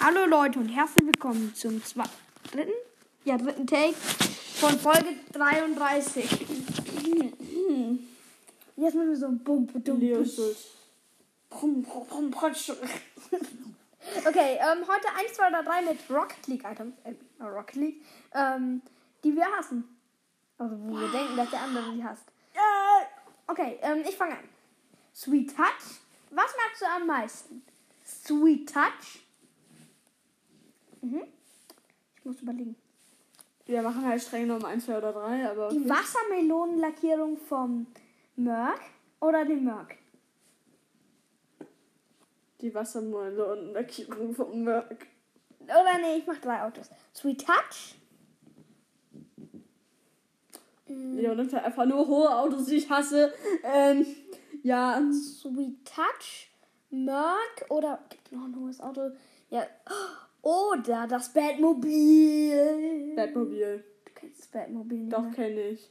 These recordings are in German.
Hallo Leute und herzlich willkommen zum zwe- dritten, ja dritten Take von Folge 33. Jetzt machen wir so ein Bum, Bum, Bum, Leo Schulz. Bum, Bum, Bum, Potsch. Okay, ähm, heute 1, 2 oder 3 mit Rocket League Items, äh, Rocket League, ähm, die wir hassen. Also wo wir denken, dass der andere sie hasst. Okay, ähm, ich fange an. Sweet Touch. Was magst du am meisten? Sweet Touch. Mhm. Ich muss überlegen. Wir machen halt streng genommen 1, 2 oder 3, aber Die Wassermelonenlackierung vom Merck oder den Merck? die Wassermäule und Lackierung vom Merck. Oder nee, ich mach drei Autos. Sweet Touch. Mm, Leo nimmt halt einfach nur hohe Autos, die ich hasse. Ähm, ja, Sweet Touch. Merck oder. Gibt noch ein hohes Auto? Ja. Oder das Batmobil. Batmobil. Du kennst das Batmobil nicht. Doch, mehr. kenne ich.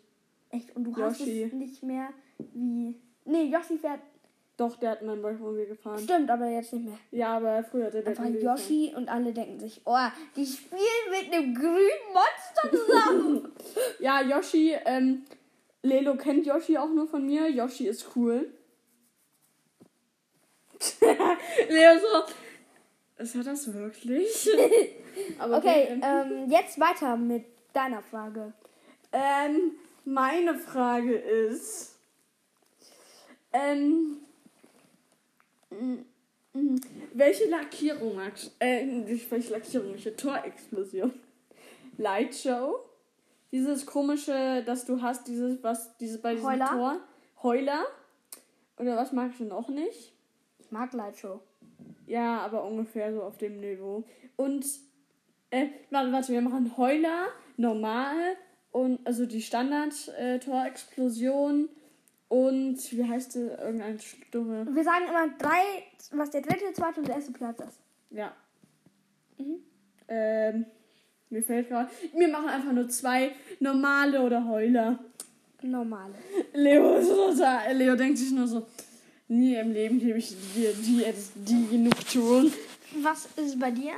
Echt, und du Yoshi. hast es nicht mehr wie. Nee, Yoshi fährt. Doch, der hat mein Batmobil gefahren. Stimmt, aber jetzt nicht mehr. Ja, aber früher hat er Einfach Batmobil gefahren. Yoshi und alle denken sich, oh, die spielen mit einem grünen Monster zusammen. Ja, Yoshi, ähm, Lelo kennt Yoshi auch nur von mir. Yoshi ist cool. Leo so, ist er das wirklich? Aber okay, ähm, ähm, jetzt weiter mit deiner Frage. Ähm, meine Frage ist. Ähm. m- m- Welche Lackierung magst Äh, nicht welche Lackierung, welche Torexplosion? Lightshow? Dieses komische, das du hast, dieses, was, dieses bei diesem Heuler? Tor. Heuler? Oder was magst du noch nicht? Ich mag Lightshow. Ja, aber ungefähr so auf dem Niveau. Und äh, warte, warte, wir machen Heuler, normal und also die Standard-Torexplosion und wie heißt sie? Irgendeine Stumme. Wir sagen immer drei, was der dritte, zweite und der erste Platz ist. Ja. Mhm. Ähm, mir fällt gerade. Wir machen einfach nur zwei normale oder Heuler. Normale. Leo, ist so da, Leo denkt sich nur so. Nie im Leben gebe ich dir die, die Genugtuung. Was ist bei dir?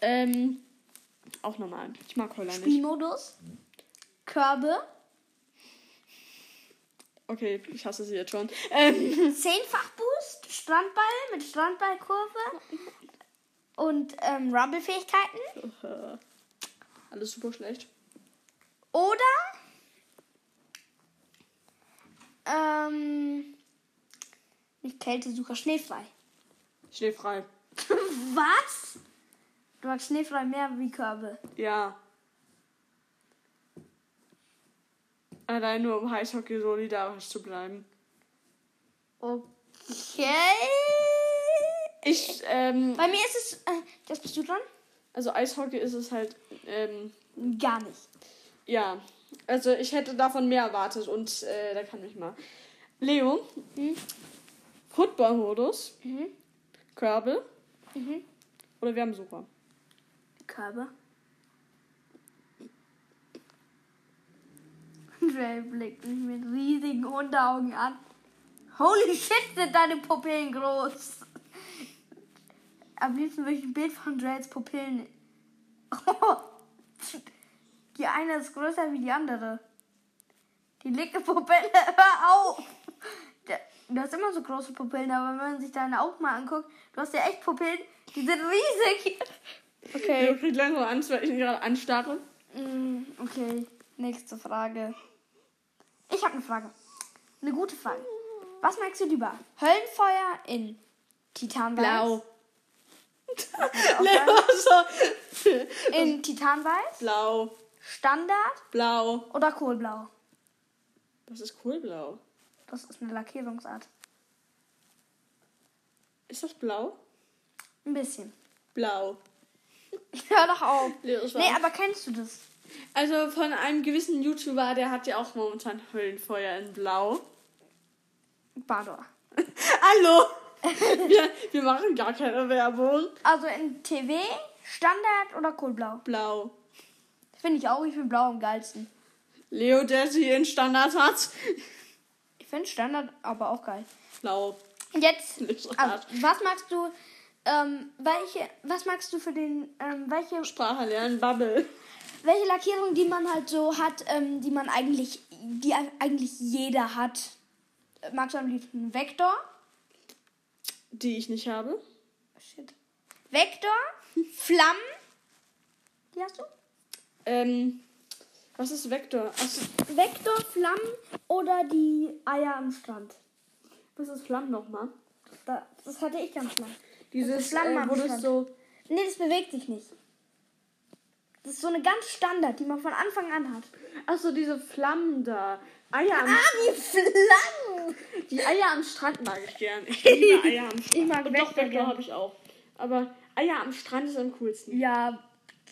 Ähm, auch normal. Ich mag Heuler nicht. Spielmodus. Körbe. Okay, ich hasse sie jetzt schon. Ähm, Zehnfach Boost. Strandball mit Strandballkurve. Und ähm, Rumble-Fähigkeiten. äh, alles super schlecht. Oder ähm, nicht Kältesucher, Schneefrei. Schneefrei. Was? Du magst Schneefrei mehr wie Körbe. Ja. Allein nur um Eishockey solidarisch zu bleiben. Okay. Ich, ähm, Bei mir ist es. Äh, das bist du dran? also Eishockey ist es halt, ähm, Gar nicht. ja. Also ich hätte davon mehr erwartet und äh, da kann mich mal. Leo, Mhm. Football-Modus, Mhm. Körbel Mhm. oder wir haben Sucher. Körbe. Ray blickt mich mit riesigen Hundeaugen an. Holy shit, sind deine Pupillen groß. Am liebsten würde ich ein Bild von Drays Pupillen. die eine ist größer wie die andere. Die linke Pupille, hör auf! Der- Du hast immer so große Pupillen, aber wenn man sich deine Augen mal anguckt, du hast ja echt Pupillen, die sind riesig. Leo Okay. kriegt langsam Angst, weil ich ihn gerade anstarre. Mm, Okay, nächste Frage. Ich habe eine Frage. Eine gute Frage. Was magst du lieber? Höllenfeuer in Titanweiß? Blau. Auch Leo, so. In Titanweiß? Blau. Standard Blau. oder Kohlblau? Das ist cool blau. Das ist eine Lackierungsart. Ist das blau? Ein bisschen. Blau. Hör doch auf. Nee, das war- Nee, aber kennst du das? Also von einem gewissen YouTuber, der hat ja auch momentan Höllenfeuer in blau. Bador. Hallo! wir, wir machen gar keine Werbung. Also in TW, Standard oder Kohlblau? Blau. Finde ich auch, ich finde blau am geilsten. Leo, der sie in Standard hat. Ich finde Standard aber auch geil. Blau. Jetzt, Nicht also, was magst du, ähm, welche, was magst du für den, ähm, welche, Sprache lernen, Bubble. welche Lackierung, die man halt so hat, ähm, die man eigentlich, die eigentlich jeder hat? Magst du am liebsten Vektor? Die ich nicht habe. Shit. Vektor? Flammen? Die hast du? Ähm, was ist Vektor? Achso, Vektor, Flammen oder die Eier am Strand? was ist Flamm nochmal? Da, das hatte ich ganz lang. Dieses, ist Flammen äh, am wo das Strand. so... Nee, das bewegt sich nicht. Das ist so eine ganz Standard, die man von Anfang an hat. Achso, diese Flammen da. Eier am, Ah, wie Flammen! die Eier am Strand mag ich gern. Ich liebe Eier am Strand. Ich mag Und doch, Vektor Vektor gern. habe ich auch. Aber Eier am Strand ist am coolsten. Ja,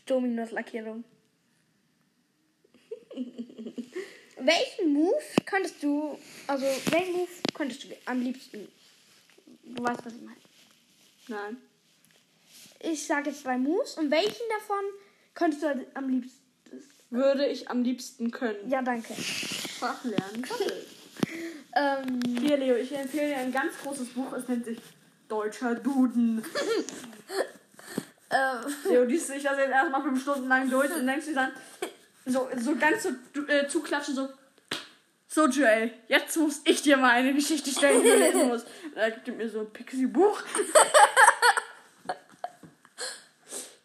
Dominos Lackierung. welchen Move könntest du, also welchen Move könntest du am liebsten? Du weißt, was ich meine. Nein. Ich sage jetzt drei Moves und welchen davon könntest du am liebsten? Würde ich am liebsten können. Ja, danke. Sprache lernen, Bubble. Ähm, Hier, Leo, ich empfehle dir ein ganz großes Buch. Es nennt sich Deutscher Duden. ähm, Leo, liest sich das jetzt erstmal fünf Stunden lang durch und denkst dir dann so, so ganz so du- äh, zuklatschen, so. So, Joel, jetzt muss ich dir mal eine Geschichte stellen, die du lesen musst. Und Er gibt mir so ein Pixie-Buch.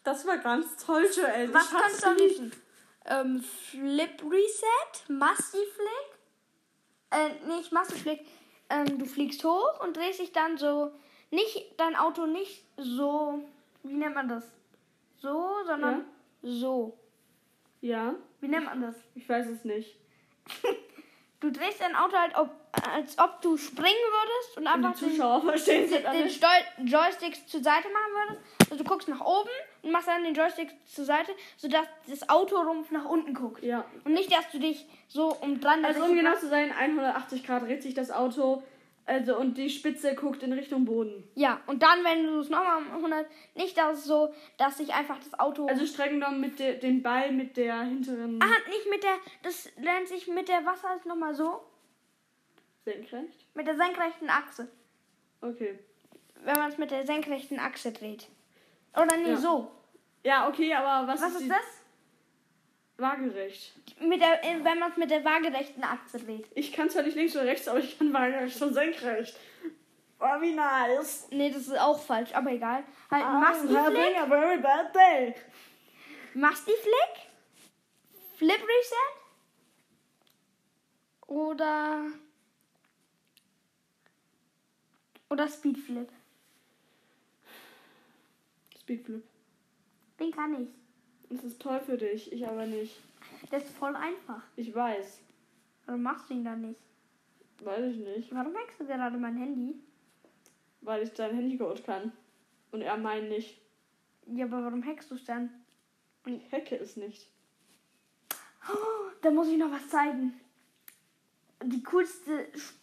Das war ganz toll, Joel. was Ich hab's kannst du am geliebt. liebsten? Ähm, Flip Reset, Massive Flick. Äh, nicht Massive Flick. Ähm, du fliegst hoch und drehst dich dann so, nicht dein Auto nicht so, wie nennt man das? So, sondern so. Ja, Wie nennt man das? ich weiß es nicht. Du drehst dein Auto halt, ob, als ob du springen würdest und Und die einfach den- Zuschauer verstehen es jetzt den, den alles. Stol Joystick zur Seite machen würdest. Also du guckst nach oben und machst dann den Joystick zur Seite, sodass das Autorumpf nach unten guckt. Ja. Und nicht, dass du dich so um 360 Also um genau zu sein, 180 Grad dreht sich das Auto. Also und die Spitze guckt in Richtung Boden. Ja, und dann, wenn du es nochmal um 100... Nicht, dass es so, dass sich einfach das Auto... Also streng genommen mit der, den Ball mit der hinteren ah, nicht mit der... Das nennt sich mit der... Was heißt nochmal so? senkrecht. Mit der senkrechten Achse. Okay. Wenn man es mit der senkrechten Achse dreht. Oder nee, Ja. so. Ja, okay, aber was, Was ist ist die- das? waagerecht? Mit der, äh, wenn man es mit der waagerechten Achse dreht. Ich kann zwar nicht links oder rechts, aber ich kann waagerecht und senkrecht. Oh, wie nice. Nee, das ist auch falsch, aber egal. Halt, I'm machst du Flick? having a very bad day. Machst die Flick? Flip Reset? Oder. Oder Speed Flip? Speedflip. Den kann ich. Das ist toll für dich, ich aber nicht. Der ist voll einfach. Ich weiß. Warum machst du ihn dann nicht? Weiß ich nicht. Warum merkst du gerade mein Handy? Weil ich dein Handycode kann. Und er meint nicht. Ja, aber warum hackst du es dann? Ich hacke es nicht. Oh, da muss ich noch was zeigen. Die coolste. Sch-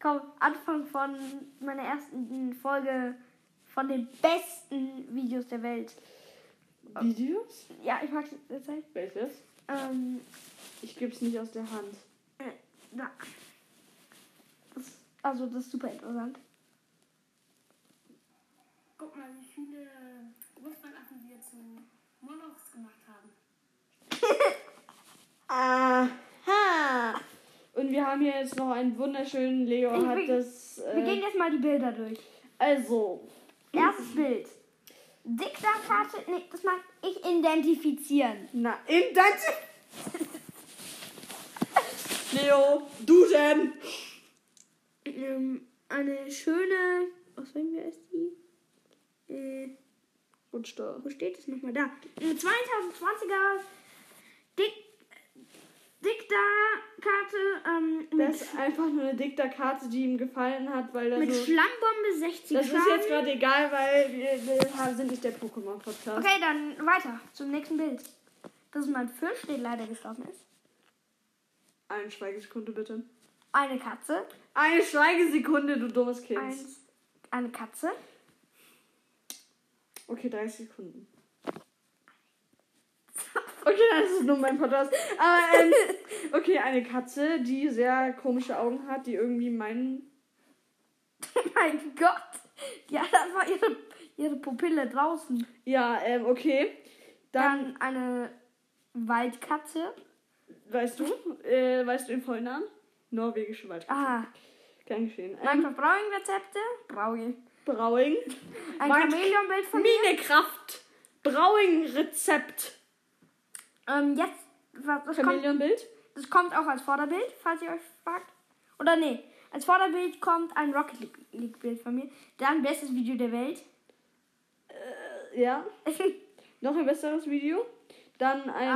Komm, Anfang von meiner ersten Folge von den besten Videos der Welt. Oh. Videos? Ja, ich mag es erzählen. Welches? Ähm, Ich geb's nicht aus der Hand. äh, na. Das, also, das ist super interessant. Guck mal, wie viele Großbandaffen wir zu Molochs gemacht haben. Aha! Und wir haben hier jetzt noch einen wunderschönen Leo Ich hat bin- das. Wir gehen Äh, jetzt mal die Bilder durch. also, Erstes Bild. Diktatkarte, nee, das mag ich identifizieren. na, in dein. Leo, du denn? Ähm, eine schöne, aus welchem Jahr ist die? Äh, Rutscht da. wo steht es nochmal da? Äh, Eine 2020er Dik Diktatkarte ähm, mit, Das ist einfach nur eine dickte Karte, die ihm gefallen hat, weil er mit so. Schlangenbombe 60 Das ist Schaden. jetzt gerade egal, weil wir, wir sind nicht der Pokémon-Podcast. Okay, dann weiter zum nächsten Bild. Das ist mein Fisch, der leider gestorben ist. Eine Schweigesekunde bitte. Eine Katze. Eine Schweigesekunde, du dummes Kind. Eins, eine Katze. Okay, 30 Sekunden. Okay, nein, das ist nur mein Podcast. Aber, ähm, okay, eine Katze, die sehr komische Augen hat, die irgendwie meinen. mein Gott. Die hat einfach ihre, ihre Pupille draußen. Ja, ähm, okay. Dann, Dann eine Waldkatze. weißt du, äh, weißt du den vollen Namen? Norwegische Waldkatze. Ah, Gern geschehen. Ähm, Minecraft Browning Rezepte. Brauing. Brauing. Ein Minecraft- Chamäleonbild von mir. Minekraft. Brauing-Rezept. Ähm, jetzt, was, das, kommt, Familienbild. das kommt auch als Vorderbild, falls ihr euch fragt. Oder nee, als Vorderbild kommt ein Rocket League- League Bild von mir. Dann bestes Video der Welt. Ja. Noch ein besseres Video. Dann ein,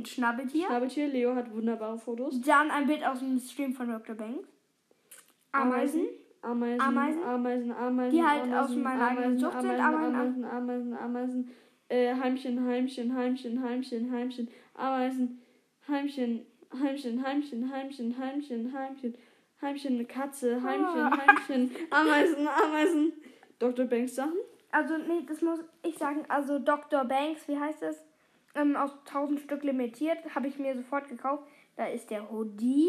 ein Schnabeltier. Schnabeltier. Leo hat wunderbare Fotos. Dann ein Bild aus dem Stream von Dr. Banks. Ameisen. Ameisen, Ameisen, Ameisen. Ameisen, Ameisen, Die halt aus Ameisen, meiner eigenen Ameisen, Zucht sind, Ameisen, aber- Ameisen, Ameisen, Ameisen, äh, Heimchen, Heimchen, Heimchen, Heimchen, Heimchen, Ameisen, Heimchen, Heimchen, Heimchen, Heimchen, Heimchen, Heimchen, Heimchen, eine Katze, Heimchen, Ah. Heimchen, Ameisen, Ameisen, Dr. Banks Sachen. Also, nee, das muss ich sagen. Also, Dr. Banks, wie heißt es? Ähm, aus 1000 Stück limitiert, habe ich mir sofort gekauft. Da ist der Hoodie.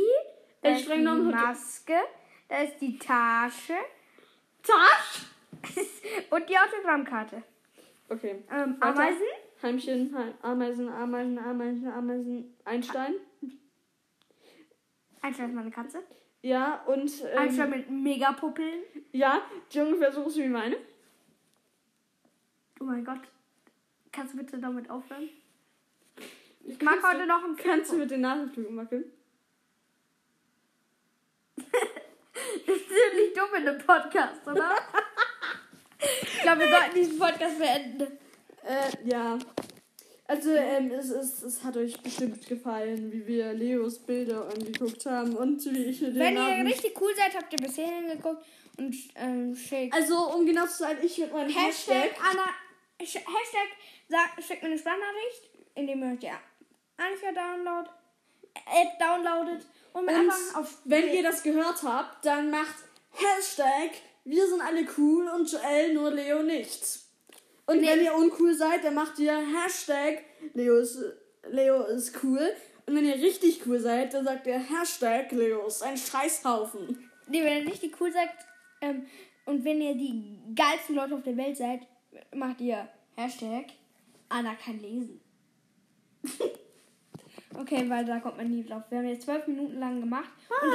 Da Ey, ist die streng genommen Hoodie. Maske. Da ist die Tasche. Tasch! Und die Autogrammkarte. Okay. Ähm, Weiter. Ameisen. Heimchen, Heim, Ameisen, Ameisen, Ameisen, Ameisen, Einstein. Einstein ist meine Katze. Ja, und, Einstein ähm, mit Megapuppeln. ja, die ungefähr so groß wie meine. Oh mein Gott. Kannst du bitte damit aufhören? Ich mag heute noch einen Kannst du mit den Nasenflügeln wackeln? Das ist ziemlich dumm in einem Podcast, oder? ich glaube, wir sollten diesen Podcast beenden. Äh, ja. Also, ähm, es, es, es hat euch bestimmt gefallen, wie wir Leos Bilder angeguckt haben und wie ich den Wenn ihr Namen... richtig cool seid, habt ihr bisher hingeguckt und ähm, schickt. Also, um genau zu sein, ich mit meinem Hashtag Hashtag... Anna. Sch Hashtag sagt, schickt mir eine Sprachnachricht, indem ihr euch die Anchor download, App downloadet und, Und einfach auf. wenn ihr das gehört habt, dann macht Hashtag wir sind alle cool und Joel nur Leo nicht. Und wenn ihr uncool seid, dann macht ihr Hashtag Leo ist, Leo ist cool. Und wenn ihr richtig cool seid, dann sagt ihr Hashtag Leo ist ein Scheißhaufen. Nee, wenn ihr richtig cool seid ähm, und wenn ihr die geilsten Leute auf der Welt seid, macht ihr Hashtag Anna kann lesen. okay, weil da kommt man nie drauf. Wir haben jetzt zwölf Minuten lang gemacht. Und